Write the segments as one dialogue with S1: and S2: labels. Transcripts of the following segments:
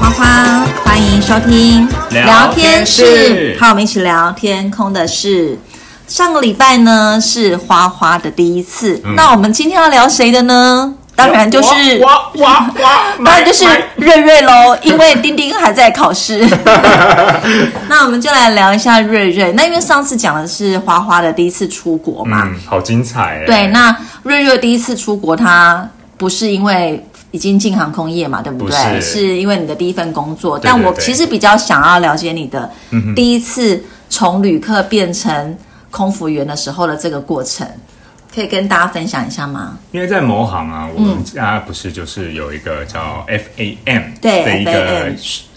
S1: 花花，欢迎收听
S2: 聊天室
S1: 和我们一起聊天空的事。上个礼拜呢是花花的第一次，
S2: 嗯
S1: 那我们今天要聊谁的呢？当然就是，
S2: 哇哇哇，
S1: 当然就是
S2: 买
S1: 瑞瑞喽，因为丁丁还在考 试。那我们就来聊一下瑞瑞。那因为上次讲的是花花的第一次出国嘛，
S2: 嗯，好精彩哎。
S1: 对，那瑞瑞第一次出国，他不是因为已经进航空业嘛，对不对？
S2: 不是
S1: 因为你的第一份工作。
S2: 对
S1: 但我
S2: 对对嗯
S1: 其实比较想要了解你的第一次从旅客变成空服员的时候的这个过程，可以跟大家分享一下吗？
S2: 因为在某行啊，我们家不是就是有一个叫 FAM
S1: 对
S2: 的一个
S1: FAM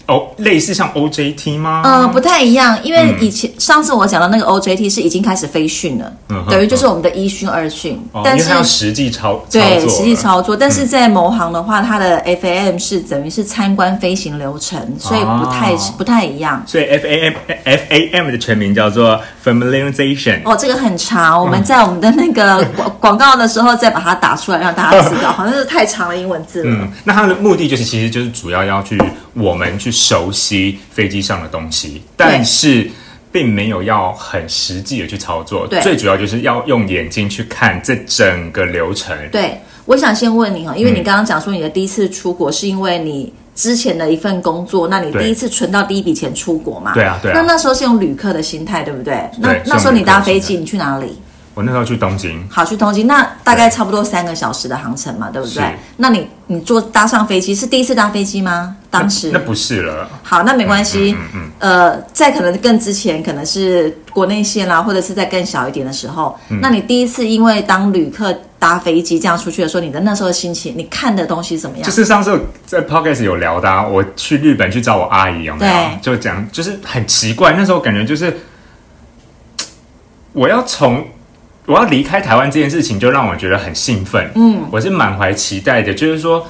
S2: 哦，类似像 OJT 吗？
S1: 呃，不太一样，因
S2: 嗯
S1: 为以前、上次我讲的那个 OJT 是已经开始飞训了，
S2: 嗯哼
S1: 等于就是我们的一训、二训，
S2: 哦，因
S1: 但
S2: 为
S1: 是
S2: 它要实际操操
S1: 对，
S2: 作，嗯
S1: 实际。操作。但是在某行的话，它的 FAM 是等于是参观飞行流程，所以不太、
S2: 哦
S1: 不太一样。
S2: 所以 FAM FAM 的全名叫做 Familiarization。
S1: 哦，这个很
S2: 嗯
S1: 长，我们在我们的那个广广告的时候再把它打出来，让大家知 道，好像是太长的英文字了。
S2: 嗯，那它的目的就是，其实就是主要要去我们去熟悉飞机上的东西，但是并没有要很实际的去操作。
S1: 对
S2: 最主要就是要用眼睛去看这整个流程。
S1: 对，我想先问你哈，因
S2: 嗯
S1: 为你刚刚讲说你的第一次出国是因为你。之前的一份工作，那你
S2: 对
S1: 第一次存到第一笔钱出国嘛？
S2: 对啊对啊
S1: 那那时候是用旅客的心态，对不对？那
S2: 对
S1: 那时候
S2: 是用
S1: 你
S2: 旅客
S1: 搭
S2: 的心
S1: 飞
S2: 态
S1: 机，你去哪里？
S2: 我那时候去东京，
S1: 好，去东京，那大概差不多三个小时的航程嘛，对不对
S2: 是？
S1: 那你你坐搭上飞机是第一次搭飞机吗？当时
S2: 那不嗯是了，
S1: 好，那没关系。呃，在可能更之前，可能是国内线啊啦，或者是在更小一点的时候，
S2: 嗯
S1: 那你第一次因为当旅客搭飞机这样出去的时候，你的那时候的心情，你看的东西怎么样？
S2: 就是上次在 podcast 有聊的、啊，我去日本去找我阿姨，有没
S1: 对
S2: 有？就讲就是很奇怪，那时候感觉就是我要从。我要离开台湾这件事情，就让我觉得很兴奋。嗯，我是满怀期待的，就是说，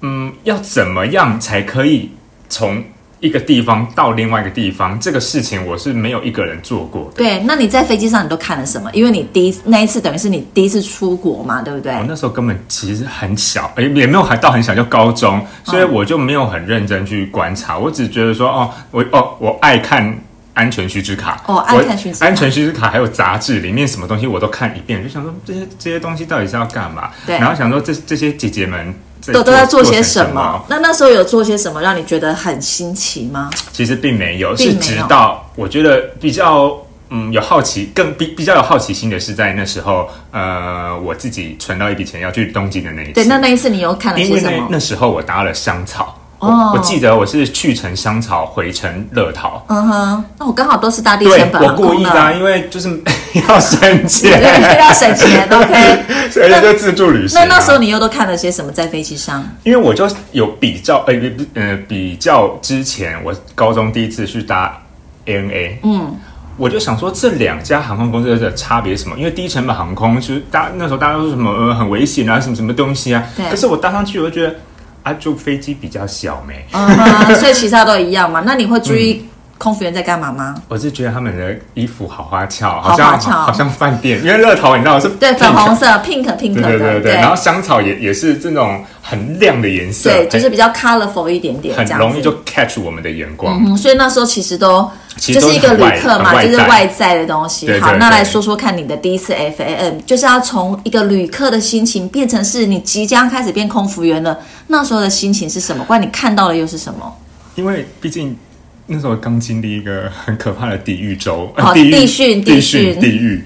S2: 嗯，要怎么样才可以从一个地方到另外一个地方？这个事情我是没有一个人做过的。
S1: 对，那你在飞机上你都看了什么？因为你第一那一次等于是你第一次出国嘛，对不对？
S2: 我哦那时候根本其实很小，也也没有还到很小，就高中，
S1: 嗯
S2: 所以我就没有很认真去观察。我只觉得说，哦，我哦，我爱看安全须知卡，
S1: 哦爱
S2: 我
S1: 看须知卡
S2: 安全须知卡还有杂志里面什么东西我都看一遍，就想说这些这些东西到底是要干嘛？
S1: 对
S2: 然后想说这这些姐姐们在
S1: 都都在做
S2: 做
S1: 些
S2: 成
S1: 什
S2: 什
S1: 么？？那那时候有做些什么让你觉得很新奇吗？
S2: 其实并没有，
S1: 并没
S2: 是
S1: 有
S2: 直到我觉得比较嗯有好奇，更比比较有好奇心的是在那时候，呃，我自己存到一笔钱要去东京的那一次。
S1: 对，那那一次你又看了
S2: 因
S1: 些
S2: 为
S1: 呃什
S2: 那
S1: 么？
S2: 那时候我搭了香草，
S1: 哦
S2: 我我记得我是去程香草，回程乐桃。
S1: 嗯哼，那我刚好都是大地
S2: 对
S1: 成，本
S2: 我
S1: 航
S2: 故
S1: 空
S2: 意
S1: 的
S2: 的、啊，因为就是 要省
S1: 对，
S2: 钱，
S1: 要省 钱。OK，
S2: 所以就自助旅行、
S1: 那
S2: 啊。
S1: 那时候，你又都看了些什么在飞机上？
S2: 因为我就有比较，呃，不呃，比较之前我高中第一次去搭 ANA，嗯，我就想说这两家航空公司的差别是什么？因为低成本航空就是大那时候大家都说什么呃很危险啊，什么什么东西啊
S1: 对，
S2: 可是我搭上去我就觉得啊，就飞机比较小没。
S1: 嗯哼，所以其他都一样嘛。那你会注意空服员在干嘛吗？
S2: 我是觉得他们的衣服好花俏，
S1: 好
S2: 好像
S1: 花俏
S2: 好像饭店，因为乐桃你知道是
S1: 对，粉红
S2: pink，
S1: 色，pink pink
S2: 对
S1: 的，
S2: 对对对，然后香草也也是这种很亮的颜色，
S1: 对，
S2: 很
S1: 就是比较 colorful 一点点，
S2: 很
S1: 这样
S2: 容
S1: 子
S2: 易就 catch 我们的眼光。
S1: 嗯，所以那时候其实都
S2: 其
S1: 就
S2: 实都
S1: 是
S2: 是
S1: 一个旅客
S2: 很
S1: 嘛，
S2: 外
S1: 就是
S2: 很
S1: 外
S2: 外在
S1: 在的东西。
S2: 对对
S1: 好，
S2: 对
S1: 那来说说看你的第一次 FAM，就是要从一个旅客的心情变成是你即将开始变空服员了，那时候的心情是什么？不然你看到的又是什么？
S2: 因为毕竟那时候刚经历一个很可怕的地狱周，
S1: 哦
S2: 狱
S1: 地训
S2: 地
S1: 地训
S2: 训地狱，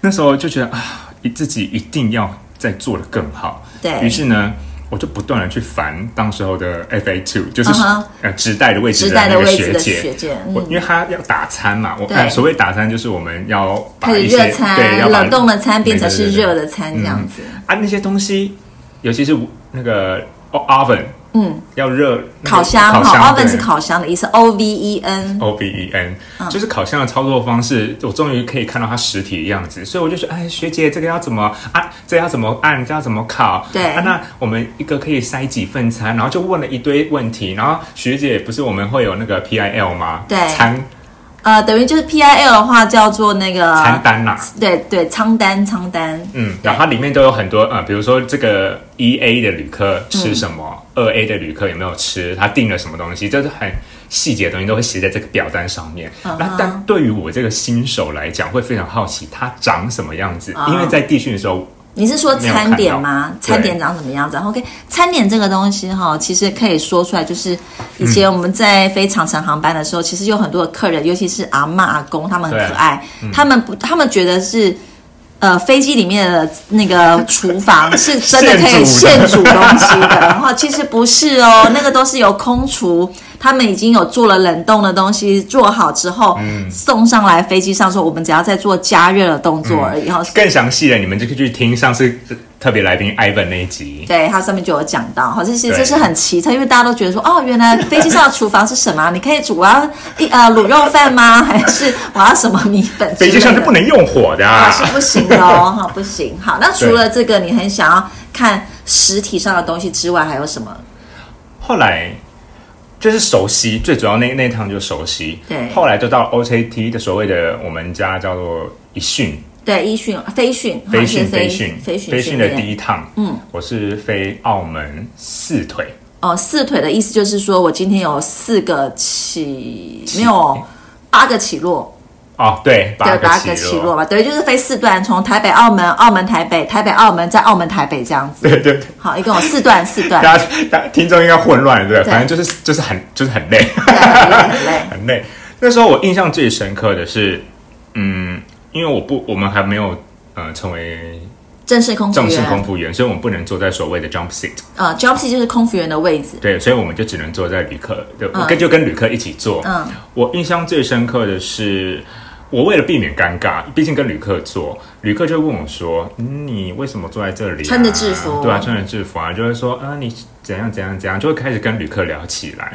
S2: 那时候就觉得啊，一自己一定要再做的更好。
S1: 对
S2: 于是呢。我就不断的去烦当时候的 FA two，就是、
S1: 嗯哼
S2: 呃直带的位置
S1: 直带的
S2: 那个
S1: 位置的
S2: 姐，
S1: 学姐，
S2: 我因为他要打餐嘛，
S1: 嗯
S2: 我
S1: 对
S2: 呃所谓打餐就是我们要把
S1: 开始
S2: 一些
S1: 热餐
S2: 对，要把
S1: 冷冻的餐变成是
S2: 对对对
S1: 热的餐这样子。
S2: 啊那些东西，尤其是那个哦 oven，
S1: 嗯，
S2: 要热那个
S1: 烤箱
S2: 烤箱
S1: 哈，oven 是烤箱的嗯意思，O V E N。
S2: O B E N，、就是烤箱的操作方式，我终于可以看到它实体的样子，所以我就说，哎，学姐，这个要怎么按？这要怎么按？这要怎么烤？
S1: 对
S2: 啊，那我们一个可以塞几份餐，然后就问了一堆问题，然后学姐不是我们会有那个 P I L 吗？
S1: 对
S2: 餐
S1: 呃，等于就是 PIL 的话叫做那个
S2: 餐单啦、
S1: 对对，仓单仓单，
S2: 嗯，然后它里面都有很多呃，比如说这个一 A 的旅客吃什么，二 A 的旅客有没有吃，他订了什么东西，就是很细节的东西都会写在这个表单上面。那但对于我这个新手来讲，会非常好奇它长什么样子，因为在地训的时候，
S1: 你是说餐点吗？
S2: 没有看
S1: 餐
S2: 到
S1: 点长什么样子？OK，餐点这个东西哈，其实可以说出来，就是以前我们在飞长城航班的时候，其实有很多的客人，尤其是阿嬷阿公，他们很
S2: 对
S1: 可爱，
S2: 嗯
S1: 他们不，他们觉得是。呃，飞机里面的那个厨房是真的可以现
S2: 现
S1: 煮东西的，然后其实不是 哦，那个都是由空厨他们已经有做了冷冻的东西，做好之后、
S2: 嗯
S1: 送上来飞机上说，我们只要再做加热的动作而已，然后
S2: 更详细的你们就可以去听上次特别来宾 Ivan 那一集。
S1: 对，它上面就有讲到，好，这是
S2: 对
S1: 这是很奇特，因为大家都觉得说，哦，原来飞机上的厨房是什么啊？你可以煮啊，一呃卤肉饭吗？还是我要什么米粉之
S2: 飞
S1: 类的？
S2: 机上是不能用火的、
S1: 啊，
S2: 啊，
S1: 是不行的哦，哈，不行。好，那除了这个，你很想要看实体上的东西之外，还有什么？
S2: 后来就是熟悉，最主要那那一趟就熟悉。
S1: 对
S2: 后来就到 OJT 的所谓的我们家叫做一训
S1: 对，一训、飞训、
S2: 飞
S1: 航
S2: 训
S1: 线
S2: 飞训
S1: 飞训
S2: 飞训的第
S1: 一
S2: 一趟，嗯，我是飞澳门四腿，
S1: 哦，四腿的意思就是说我今天有四个起，没有八个起落。
S2: 哦，对，
S1: 对，
S2: 八
S1: 八
S2: 个
S1: 个
S2: 起
S1: 起
S2: 落
S1: 落，吧，对，就是飞四段，从台北、澳门、澳门、台北、台北、澳门，在澳门、台北这样 子。
S2: 对对对。
S1: 好，一共有四段，四 段，
S2: 大家，大家听众应该混乱了，对不
S1: 对
S2: 对？反正就是就是很就是很累，
S1: 对，很累很累。
S2: 很累。那时候我印象最深刻的是，嗯，因为我不我们还没有呃成为
S1: 正式空服
S2: 正式空
S1: 员，
S2: 服员，所以我们不能坐在所谓的 jump seat。
S1: 呃 j o b s 就是空服员的位置。
S2: 对，所以我们就只能坐在旅客，对，
S1: 嗯
S2: 我跟就跟旅客一起坐。
S1: 嗯，
S2: 我印象最深刻的是，我为了避免尴尬，毕竟跟旅客坐，旅客就问我说：“嗯你为什么坐在这里、啊？”
S1: 穿着制服
S2: 对啊，穿着制服啊，就会说：“啊，你怎样怎样怎样”，就会开始跟旅客聊起来。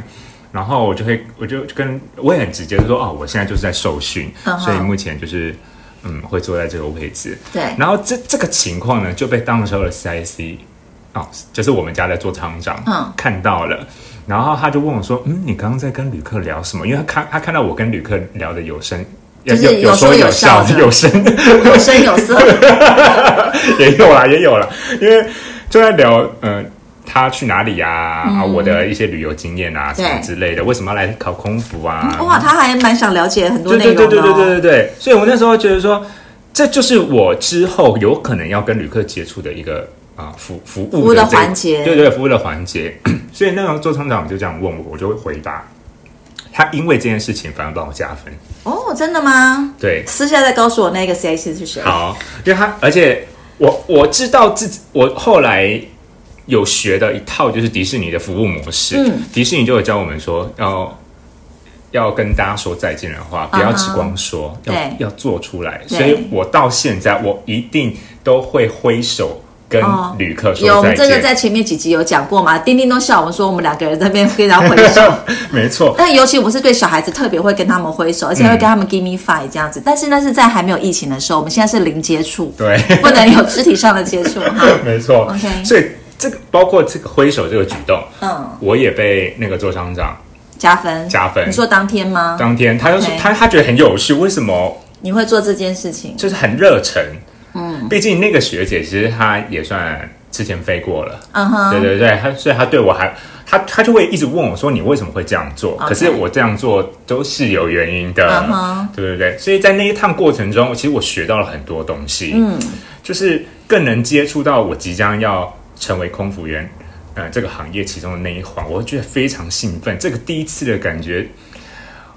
S2: 然后我就会，我就跟我也很直接地说：“哦，我现在就是在受训，
S1: 嗯哼
S2: 所以目前就是嗯，会坐在这个位置。”
S1: 对，
S2: 然后这这个情况呢，就被当时候的 CIC 哦，就是我们家的做厂长，
S1: 嗯
S2: 看到了，然后他就问我说，嗯，你刚刚在跟旅客聊什么？因为他看他看到我跟旅客聊的有声，
S1: 就是
S2: 有
S1: 有说
S2: 说
S1: 有笑
S2: 笑，
S1: 的
S2: 有声
S1: 有声有色。
S2: 也有啦，也有啦，因为就在聊，呃。他去哪里呀、啊？我的一些旅游经验啊，
S1: 嗯
S2: 什
S1: 对嗯
S2: 么之类的，为什么要来考空服啊？
S1: 哇，他还蛮想了解很多
S2: 对
S1: 内
S2: 对
S1: 容的
S2: 对
S1: 哦。
S2: 对对对对对，所以我那时候觉得说，这就是我之后有可能要跟旅客接触的一个啊、服服
S1: 服
S2: 务
S1: 务的
S2: 这一
S1: 环节
S2: 对对服务的环节。所以那个做厂长就这样问我，我就会回答他，因为这件事情反而帮我加分。
S1: 哦，真的吗？
S2: 对，
S1: 私下再告诉我那个 CIC 是谁。
S2: 好，因为他而且我我知道自己，我后来有学的一套就是迪士尼的服务模式，
S1: 嗯
S2: 迪士尼就有教我们说要。要跟大家说再见的话，不要
S1: 啊哈
S2: 只光说
S1: 对
S2: 要要做出来。
S1: 对
S2: 所以我到现在，我一定都会挥手跟
S1: 哦
S2: 旅客说
S1: 有，我
S2: 再
S1: 们这
S2: 见。
S1: 个在前面几集有讲过嘛？丁丁都笑我们说，我们两个人在那边非常挥 手。
S2: 没错，
S1: 但尤其我是对小孩子特别会跟他们挥手，而且会跟他们 give me five 这样子。但是那是在还没有疫情的时候，我们现在是零接触，
S2: 对，
S1: 不能有肢体上的接触哈。
S2: 没错。
S1: OK
S2: 所以这个包括这个挥手这个举动，
S1: 嗯，
S2: 我也被那个做厂长
S1: 加分，
S2: 加分
S1: 你说当天吗？
S2: 当天，他就说
S1: 哦 OK
S2: 他他觉得很有趣，为什么
S1: 你会做这件事情？
S2: 就是很热忱。嗯，毕竟那个学姐其实她也算之前飞过了，
S1: 嗯哼，
S2: 对对对，她所以她对我还，她她就会一直问我说你为什么会这样做
S1: OK
S2: 可是我这样做都是有原因的
S1: 嗯哼
S2: 对对对，所以在那一趟过程中，其实我学到了很多东西，嗯，就是更能接触到我即将要成为空服员，呃，这个行业其中的那一环，我会觉得非常兴奋，这个第一次的感觉，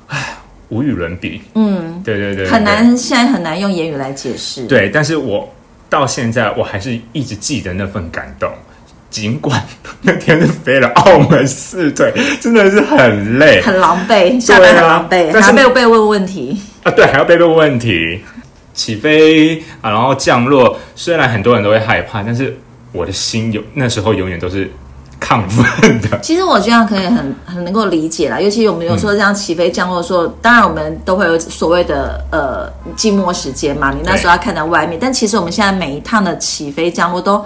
S2: 唉，无与伦比，嗯，对对对对
S1: 很难，现在很难用言语来解释。，
S2: 对，但是我到现在我还是一直记得那份感动，尽管那天是飞了澳门四腿，真的是很累
S1: 很狼狈，下班很狼狈，
S2: 啊但
S1: 还
S2: 是
S1: 没有被问问题。
S2: 啊，对，还要被问问题，起飞啊，然后降落，虽然很多人都会害怕，但是我的心有那时候永远都是亢奋的，
S1: 其实我这样可以很很能够理解啦，尤其我们有时候这样起飞降落的时候，当然我们都会有所谓的呃静默时间嘛，你那时候要看到外面，但其实我们现在每一趟的起飞降落都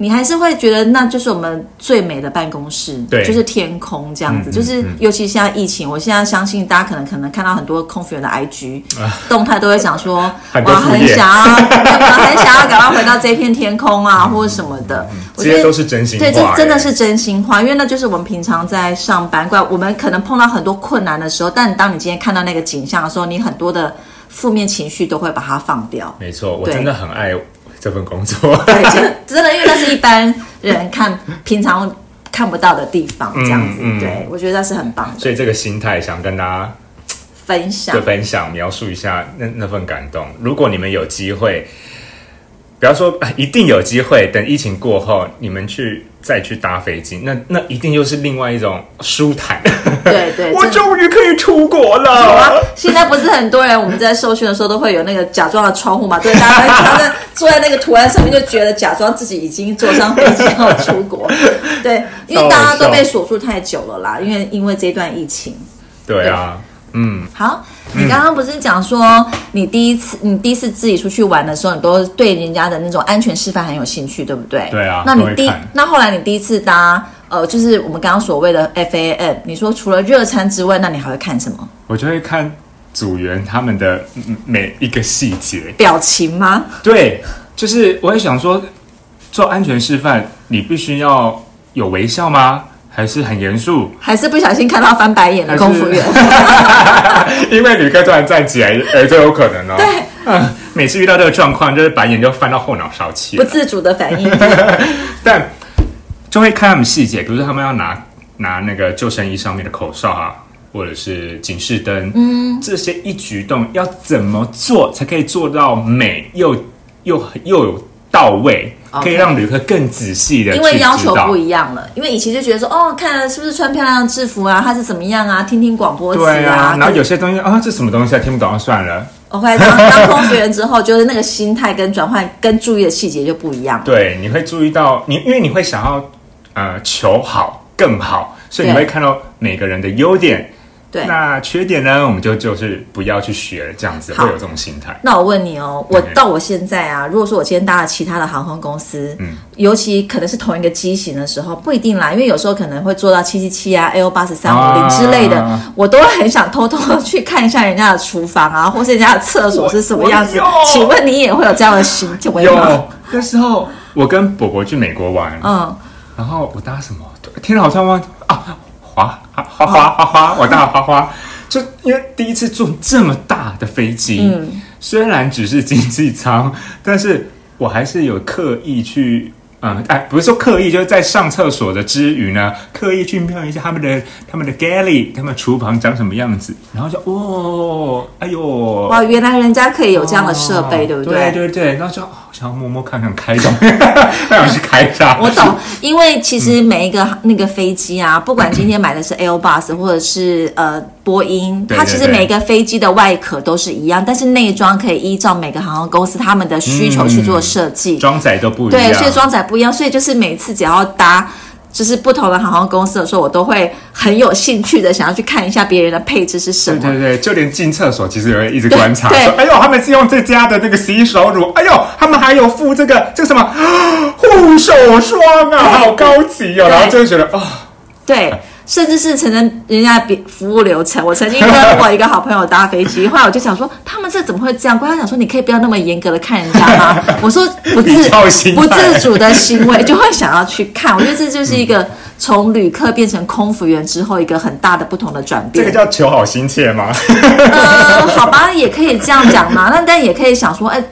S1: 你还是会觉得那就是我们最美的办公室，
S2: 对
S1: 就是天空这样子。
S2: 嗯嗯
S1: 就是
S2: 嗯
S1: 尤其现在疫情，我现在相信大家可能可能看到很多空服员的 IG、动态都会讲说，
S2: 啊 很
S1: 哇，
S2: 多副
S1: 很
S2: 业
S1: 想要，我很想要赶快回到这片天空啊，或者什么的。我
S2: 嗯这
S1: 觉
S2: 些
S1: 得
S2: 都是真心话、
S1: 对，这
S2: 哎
S1: 真的是真心话，因为那就是我们平常在上班，怪我们可能碰到很多困难的时候，但当你今天看到那个景象的时候，你很多的负面情绪都会把它放掉。
S2: 没错，我
S1: 对
S2: 真的很爱这份工作。
S1: 对，真真的，因为那是一般人看平常看不到的地方，这样子。
S2: 嗯嗯
S1: 对，我觉得那是很棒的
S2: 所以这个心态想跟大家
S1: 分享
S2: 的。分享描述一下那那份感动。如果你们有机会，不要说啊一定有机会，等疫情过后，你们去再去搭飞机，那那一定又是另外一种舒坦。
S1: 对对，
S2: 我
S1: 真的
S2: 终于可以出国
S1: 有啊
S2: 了。，
S1: 现在不是很多人我们在受训的时候都会有那个假装的窗户嘛？对，大家他 在坐在那个图案上面就觉得假装自己已经坐上飞机要出国，对，因为大家都被锁住太久了啦，因为因为这段疫情。
S2: 对啊，嗯，
S1: 好，你刚刚不是讲说你第一次你第一次自己出去玩的时候，你都对人家的那种安全示范很有兴趣，对不对？
S2: 对啊
S1: 那你
S2: 都会
S1: 第
S2: 看
S1: 那后来你第一次搭呃，就是我们刚刚所谓的 FAM，你说除了热餐之外，那你还会看什么？
S2: 我就会看组员他们的嗯每一个细节。
S1: 表情吗？
S2: 对，就是我也想说，做安全示范，你必须要有微笑吗？还是很严肃？
S1: 还是不小心看到翻白眼的空服 员，
S2: 因为旅客突然站起来，呃，这有可能哦。对，嗯，每次遇到这个状况，就是把眼就翻到后脑勺去
S1: 不
S2: 了，
S1: 自主的反应。
S2: 但就会看他们细节，比如说他们要拿拿那个救生衣上面的口哨啊，或者是警示灯，嗯，这些一举动要怎么做才可以做到美又又又有到位
S1: OK
S2: 可以让旅客更仔细的
S1: 因为要求不一样了，因为以前就觉得说，哦，看了是不是穿漂亮的制服啊，他是怎么样啊，听听广播词
S2: 对啊，然后
S1: 可
S2: 有些东西啊，这什么东西啊，听不懂就算了。
S1: 我后来当当空服员之后，就是那个心态跟转换跟注意的细节就不一样了。
S2: 对，你会注意到你，因为你会想要呃求好更好，所以你
S1: 对
S2: 会看到每个人的优点。
S1: 对，
S2: 那缺点呢，我们就就是不要去学，这样子
S1: 好
S2: 会有这种心态。
S1: 那我问你哦，我
S2: 嗯
S1: 到我现在啊，如果说我今天搭了其他的航空公司，
S2: 嗯
S1: 尤其可能是同一个机型的时候，不一定啦，因为有时候可能会坐到七七七啊、L 八十三五零
S2: 啊
S1: 之类的，我都会很想偷偷地去看一下人家的厨房啊，或是人家的厕所是什么样子
S2: 我我。有
S1: 请问你也会有这样的行为吗？
S2: 有那时候我跟伯伯去美国玩，
S1: 嗯，
S2: 然后我搭什么？天哪，好像忘啊，花啊花花花花，我搭了花花。就因为第一次坐这么大的飞机，
S1: 嗯
S2: 虽然只是经济舱，但是我还是有刻意去，嗯，哎，不是说刻意，就是在上厕所的之余呢，刻意去瞄一下他们的他们的 galley，他们厨房长什么样子，然后就哦，哎呦，
S1: 哇，原来人家可以有这样的设备，
S2: 哦
S1: 对不
S2: 对？对对，然后就好想要摸摸看看开 闸，我想去开闸。
S1: 我 懂，因为其
S2: 嗯
S1: 实每一个那个飞机啊，不管今天买的是 Airbus 或者是呃波音，
S2: 对
S1: 它其实
S2: 对对
S1: 每个飞机的外壳都是一样，但是内装可以依照每个航空公司他们的需求去做设计。
S2: 嗯装载都不一样，
S1: 对，所以装载不一样，所以就是每次只要搭。就是不同的航空公司的时候，我都会很有兴趣的想要去看一下别人的配置是什
S2: 对
S1: 么。
S2: 对对，就连进厕所其实也会一直观察，
S1: 对
S2: 说哎呦，他们是用这家的那个洗手乳，哎呦，他们还有附这个这个什么 啊护手霜啊，好高级哦，
S1: 对
S2: 然后就会觉得啊，
S1: 对，甚至是承认人家别服务流程。我曾经跟我一个好朋友搭飞 机，后来我就想说，他们这怎么会这样？关他讲说，你可以不要那么严格的看人家 吗？我说不自
S2: 依照心态
S1: 不自主的行为就会想要去看。我觉得这就是一个从旅客变成空服员之后一个很大的不同的转
S2: 这
S1: 变
S2: 个。叫求好心切吗？
S1: 呃，好吧，也可以这样讲嘛。那但也可以想说，哎。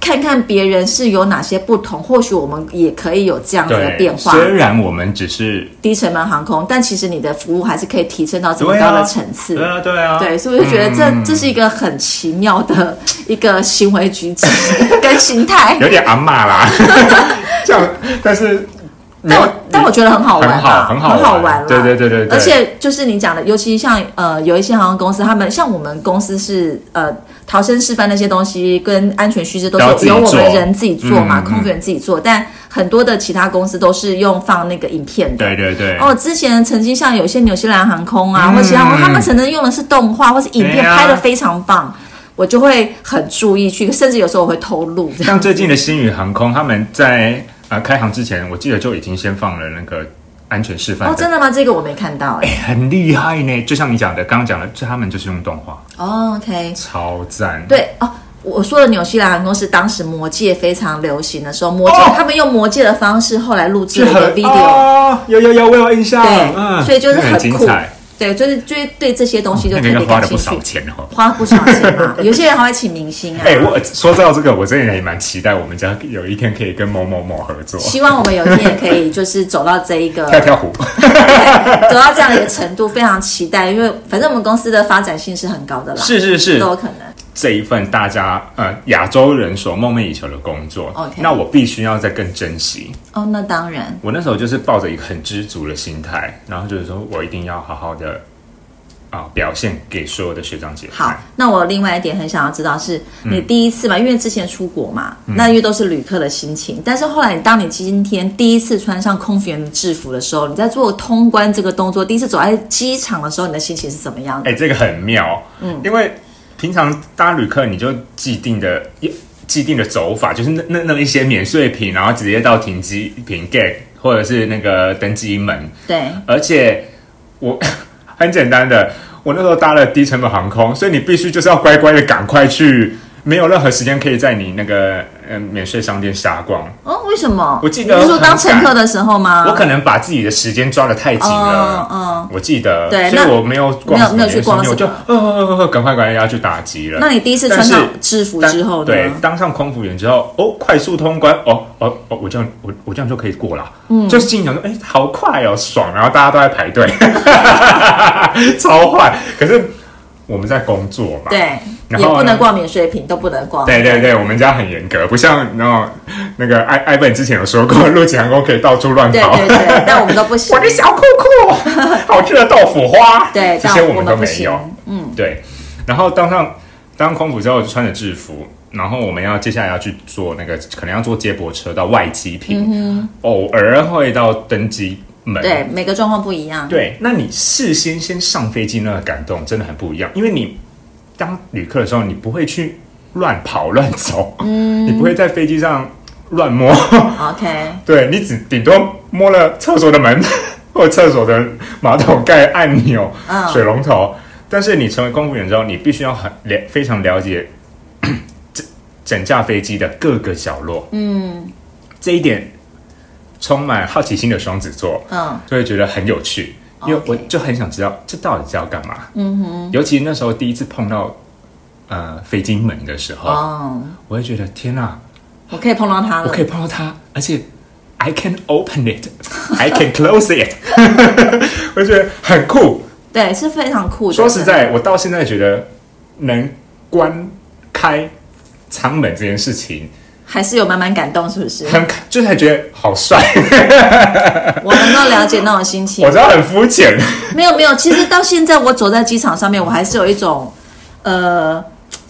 S1: 看看别人是有哪些不同，或许我们也可以有这样子的变
S2: 对，
S1: 化。
S2: 虽然我们只是
S1: 低成本航空，但其实你的服务还是可以提升到这么
S2: 对啊
S1: 高的层次。
S2: 对啊对啊，
S1: 对，所以我就觉得这、这是一个很奇妙的一个行为举止 跟心态，
S2: 有点阿 骂啦，这样，但是没
S1: 但我
S2: 有，
S1: 但我觉得很好玩啊，
S2: 很好很好玩
S1: 玩啦
S2: 对对对对对
S1: 而且就是你讲的，尤其像呃有一些航空公司，他们像我们公司是呃逃生示范那些东西跟安全须知都
S2: 都要自
S1: 是
S2: 己
S1: 由我们
S2: 做
S1: 人自己做嘛，
S2: 嗯嗯
S1: 空服员自己做，但很多的其他公司都是用放那个影片的。
S2: 对对对，
S1: 哦，之前曾经像有些纽西兰航空啊，
S2: 嗯
S1: 或其他航空，他们曾经用的是动画或是影片，
S2: 对啊
S1: 拍的非常棒，我就会很注意去，甚至有时候我会偷录这样。
S2: 像最近的新宇航空，他们在。呃开航之前，我记得就已经先放了那个安全示范
S1: 哦，真的吗？这个我没看到哎、
S2: 哎很厉害呢。就像你讲的，刚刚讲的，就他们就是用动画，
S1: 哦，OK，
S2: 超赞。，
S1: 对哦。我说的纽西兰航空是当时《魔戒》非常流行的时候，《魔戒》
S2: 哦
S1: 他们用《魔戒》的方式，后来录制
S2: 就
S1: 了一个
S2: 很
S1: video，、
S2: 哦，有有有，我有印象。
S1: 对、
S2: 嗯，
S1: 所以就是
S2: 那个很
S1: 很
S2: 精
S1: 酷
S2: 彩，
S1: 对，就是就是对这些东西就
S2: 那
S1: 特
S2: 个应
S1: 别
S2: 该花
S1: 感兴
S2: 了
S1: 趣
S2: 不少，钱哦。
S1: 花不少钱嘛，有些人还会请明星啊。
S2: 哎、我说到这个，我真的也蛮期待我们家有一天可以跟某某某合作，
S1: 希望我们有一天也可以就是走到这一 个
S2: 跳跳虎。
S1: 走到这样的一个程度，非常期待，因为反正我们公司的发展性是很高的啦，
S2: 是是是
S1: 都，有可能。
S2: 这一份大家呃亚洲人所梦寐以求的工作
S1: OK
S2: 那我必须要再更珍惜。
S1: 哦，那当然，
S2: 我那时候就是抱着一个很知足的心态，然后就是说我一定要好好的啊、表现给所有的学长姐看。
S1: 好，那我另外一点很想要知道是，
S2: 嗯
S1: 你第一次嘛，因为之前出国嘛，那因为都是旅客的心情，但是后来你当你今天第一次穿上空服员的制服的时候，你在做通关这个动作，第一次走在机场的时候，你的心情是怎么样的？
S2: 哎、这个很妙，嗯，因为平常搭旅客你就既定的一既定的走法，就是那那那一些免税品，然后直接到停机坪 gate 或者是那个登机门，
S1: 对，
S2: 而且我 很简单的，我那时候搭了低成本航空，所以你必须就是要乖乖的赶快去。没有任何时间可以在你那个呃免税商店瞎逛。
S1: 哦，为什么？
S2: 我记得
S1: 你是说当
S2: 很
S1: 乘客的时候吗？
S2: 我可能把自己的时间抓得太紧了，
S1: 嗯
S2: 我记得，
S1: 对
S2: 所以
S1: 那
S2: 我没有逛
S1: 没有
S2: 什么
S1: 没有去
S2: 免税商
S1: 逛
S2: 店我就
S1: 什
S2: 呃呃呃赶快赶快要去打击了。
S1: 那你第一次
S2: 但
S1: 穿
S2: 是
S1: 上制服
S2: 当
S1: 之后呢？
S2: 对，当上空服员之后，哦，快速通关，哦哦哦，我这样我我这样就可以过了，嗯，就心里想说，哎、好快哦，爽，然后大家都在排队， 超快。可是我们在工作嘛，，
S1: 对，
S2: 然
S1: 也
S2: 后
S1: 不
S2: 呢
S1: 能逛免税品，都不能逛。
S2: 对对对，我们家很严格，不像然后那个艾艾本之前有说过， 陆景航空可以到处乱
S1: 对
S2: 跑，
S1: 对对，但我们都不行
S2: 我。的小裤裤， 好吃的豆腐花，
S1: 对，
S2: 这
S1: 但
S2: 些我
S1: 们
S2: 们都
S1: 不
S2: 没
S1: 行
S2: 有。。
S1: 嗯，
S2: 对，然后当上当空服之后就穿着制服，然后我们要接下来要去坐那个可能要坐接驳车到外机坪，偶尔会到登机门。
S1: 对，每个状况不一样。
S2: 对那你事先先上飞机那个感动真的很不一样，因为你当旅客的时候，你不会去乱跑乱走，你不会在飞机上乱摸，
S1: 哦，OK，
S2: 对你只顶多摸了厕所的门 或厕所的马桶盖按钮、
S1: 嗯
S2: 水龙头，但是你成为空服员之后，你必须要很了非常了解 整整架飞机的各个角落。嗯，这一点充满好奇心的双子座
S1: 嗯，
S2: 就会觉得很有趣，因为我
S1: OK
S2: 就很想知道这到底是要干嘛。嗯哼，尤其那时候第一次碰到呃飞机门的时候，
S1: 哦，
S2: 我会觉得天哪、
S1: 我可以碰到他
S2: 我
S1: 了
S2: 可。以碰到它，而且 I can open it, I can close it，我觉得很酷。
S1: 对，是非常酷的。
S2: 说实在，我到现在觉得能关开舱门这件事情，？
S1: 还是有满满感动，是不是
S2: 很就是还觉得好帅。
S1: 嗯我能够了解那种心情
S2: 我。知道很肤浅，
S1: 没有没有，其实到现在我走在机场上面，我还是有一种，呃，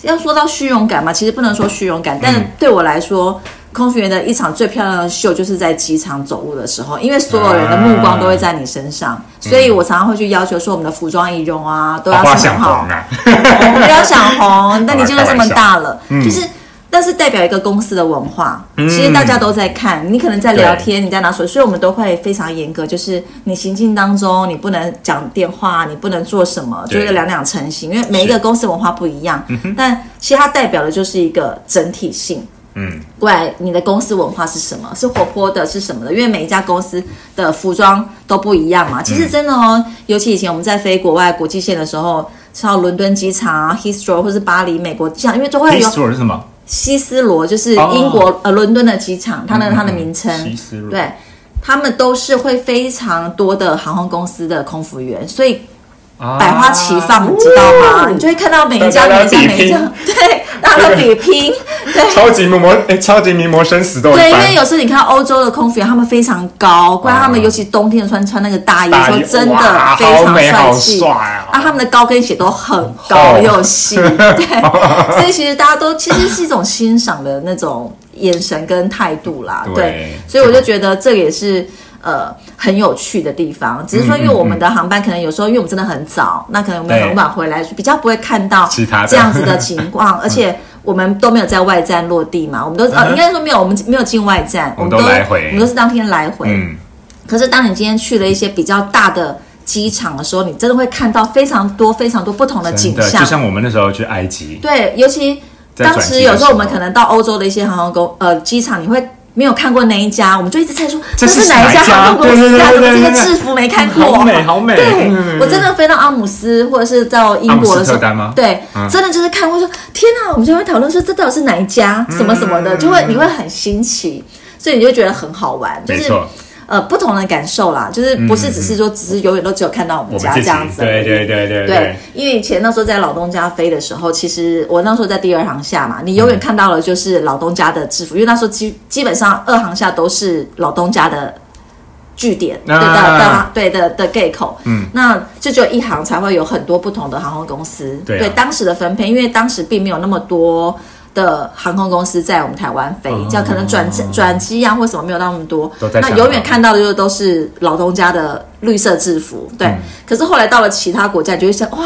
S1: 要说到虚荣感嘛，其实不能说虚荣感，但
S2: 嗯
S1: 对我来说，空服员的一场最漂亮的秀就是在机场走路的时候，因为所有人的目光都会在你身上，所以我常常会去要求说我们的服装仪容啊都要
S2: 嗯
S1: 是
S2: 花
S1: 很
S2: 想红
S1: 好，
S2: 啊！
S1: 我 不要想红，但你就是这么大了，
S2: 嗯
S1: 就是。但是代表一个公司的文化，其实大家都在看，你可能在聊天，你在拿手机，所以我们都会非常严格，就是你行进当中，你不能讲电话，你不能做什么，
S2: 对
S1: 就是两两成型，因为每一个公司文化不一样，但其实它代表的就是一个整体性。
S2: 嗯，
S1: 过来，你的公司文化是什么？是活泼的，是什么的？因为每一家公司的服装都不一样嘛。
S2: 嗯
S1: 其实真的哦，尤其以前我们在飞国外国际线的时候，像伦敦机场啊、Heathrow 或是巴黎、美国机场，因为都会
S2: History
S1: 有
S2: 是什么？
S1: 希斯罗，就是
S2: 哦嗯
S1: 英国、呃伦敦的机场，它的它的名称。
S2: 西斯路
S1: 对，他们都是会非常多的航空公司的空服员，所以百花齐放，你知道吗？你就会看到每一家、
S2: 啊哦
S1: 每
S2: 大家都
S1: 一家、
S2: 比
S1: 每一家
S2: 拼，
S1: 对，大家都比拼， 对。
S2: 超级名模，哎，超级名模生死斗一
S1: 对，因
S2: 般
S1: 为，有时候你看欧洲的空服员，他们非常高，怪他们，
S2: 嗯
S1: 尤其冬天穿穿那个大衣，
S2: 大
S1: 说
S2: 衣
S1: 真的
S2: 哇
S1: 非
S2: 好
S1: 常
S2: 美
S1: 帅
S2: 好
S1: 气
S2: 帅啊
S1: 他们的高跟鞋都很高
S2: 厚
S1: 又细， 对，所以其实大家都其实是一种欣赏的那种眼神跟态度啦，
S2: 对
S1: 对，所以我就觉得这个也是。呃，很有趣的地方，只是说，因为我们的航班可能有时候，因为我们真的很早，那可能我们
S2: 嗯对
S1: 很晚回来，比较不会看到
S2: 其他的
S1: 这样子的情况，而且我们都没有在外站落地嘛，我们都呃、
S2: 嗯嗯哼
S1: 应该说没有，我们没有进外站，
S2: 我
S1: 们
S2: 们
S1: 都
S2: 都来回
S1: 我们都是当天来回。
S2: 嗯，
S1: 可是当你今天去了一些比较大的机场的时候，你真的会看到非常多非常多不同的
S2: 真
S1: 景
S2: 的，就
S1: 象。
S2: 像我们那时候去埃及，
S1: 对，尤其
S2: 在
S1: 当
S2: 转
S1: 时
S2: 机的
S1: 有时候我们
S2: 时候
S1: 可能到欧洲的一些航空公呃机场，你会没有看过那一家，我们就一直在说
S2: 这是
S1: 是哪一家
S2: 哪一家
S1: 航空公司啊？
S2: 对
S1: 怎么
S2: 对对
S1: 这
S2: 对
S1: 些
S2: 对
S1: 制服没看过？
S2: 好美，好美，
S1: 对
S2: 嗯，
S1: 我真的飞到阿姆斯或者是到英国的时
S2: 阿姆斯
S1: 候
S2: 特丹吗，
S1: 对
S2: 嗯，
S1: 真的就是看会说天啊，我们就会讨论说这到底是哪一家什么什么
S2: 嗯
S1: 的，就会你会很新奇，所以你就觉得很好玩，就
S2: 没
S1: 是
S2: 错，
S1: 呃不同的感受啦，就是不是只是说只是永远都只有看到我
S2: 嗯我
S1: 们家
S2: 们自
S1: 这
S2: 己
S1: 样，子而已，
S2: 对对对对
S1: 对，，因为以前那时候在老东家飞的时候，其实我那时候在第二航厦
S2: 嗯
S1: 嘛，你永远看到了就是老东家的制服，因为那时候基基本上二航厦都是老东家的据点，对的
S2: 啊
S1: 的对的的 gate 口，
S2: 嗯，
S1: 那就只有一航才会有很多不同的航空公司，
S2: 对啊
S1: 当时的分配，因为当时并没有那么多。的航空公司在我们台湾飞，这样可能转转机啊或什么没有那么多
S2: 嗯都在，
S1: 那
S2: 香
S1: 永远
S2: 港
S1: 看到的就都是老东家的绿色制服，对。
S2: 嗯
S1: 可是后来到了其他国家，你就会想哇。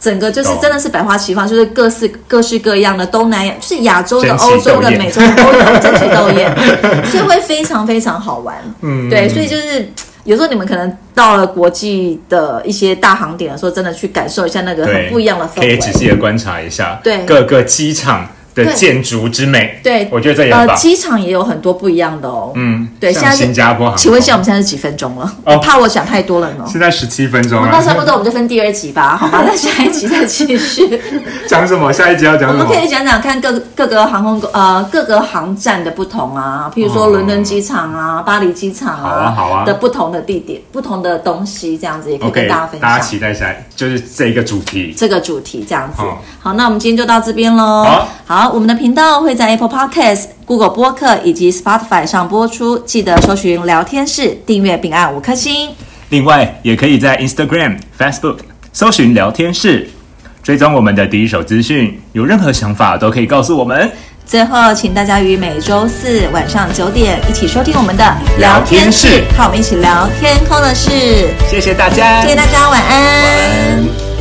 S1: 整个就是
S2: 懂
S1: 真的是百花齐放，就是各式各式各样的东南亚，就是亚洲的、
S2: 争奇
S1: 欧洲的、
S2: 斗 艳
S1: 美洲的都有争奇斗艳，所以会非常非常好玩。
S2: 嗯，
S1: 对，所以就是有时候你们可能到了国际的一些大航点的时候，真的去感受一下那个很
S2: 对，
S1: 不一样的氛
S2: 可以
S1: 围。
S2: 仔细的观察一下，
S1: 对
S2: 各个机场的建筑之美，
S1: 对，
S2: 我觉得这也很
S1: 呃，
S2: 棒，
S1: 机场也有很多不一样的哦。
S2: 嗯，
S1: 对现
S2: 像
S1: 在是
S2: 新加坡航空，
S1: 请问一下，我们现在是几分钟了？
S2: 哦
S1: 我怕我想太多了呢。
S2: 现在十七分钟啊
S1: 那差
S2: 了，
S1: 不多我们就分第二集吧，好吧？那下一集再继续。
S2: 讲什么？下一集要讲
S1: 我
S2: 什
S1: 们可
S2: 么？
S1: 以讲讲看各各个航空公呃各个航站的不同啊，譬如说
S2: 哦
S1: 伦敦机场啊、巴黎机场
S2: 好啊好啊
S1: 的不同的地点、不同的东西，这样子也可以
S2: OK，
S1: 跟大家分
S2: 大家
S1: 享
S2: 期待下，就是这一个主题。
S1: 这个主题，这样子
S2: 哦。
S1: 好，那我们今天就到这边喽
S2: 好。
S1: 好，我们的频道会在 Apple Podcast、Google 播客以及 Spotify 上播出，记得搜寻“聊天室”，订阅并按五颗星。
S2: 另外，也可以在 Instagram、Facebook 搜寻聊天室，追踪我们的第一手资讯。有任何想法都可以告诉我们。
S1: 最后，请大家于每周四晚上九点一起收听我们的
S2: 聊天室
S1: 聊天室看我们一起聊天空的事。
S2: 谢谢大家，
S1: 谢谢大家，晚安。
S2: 晚安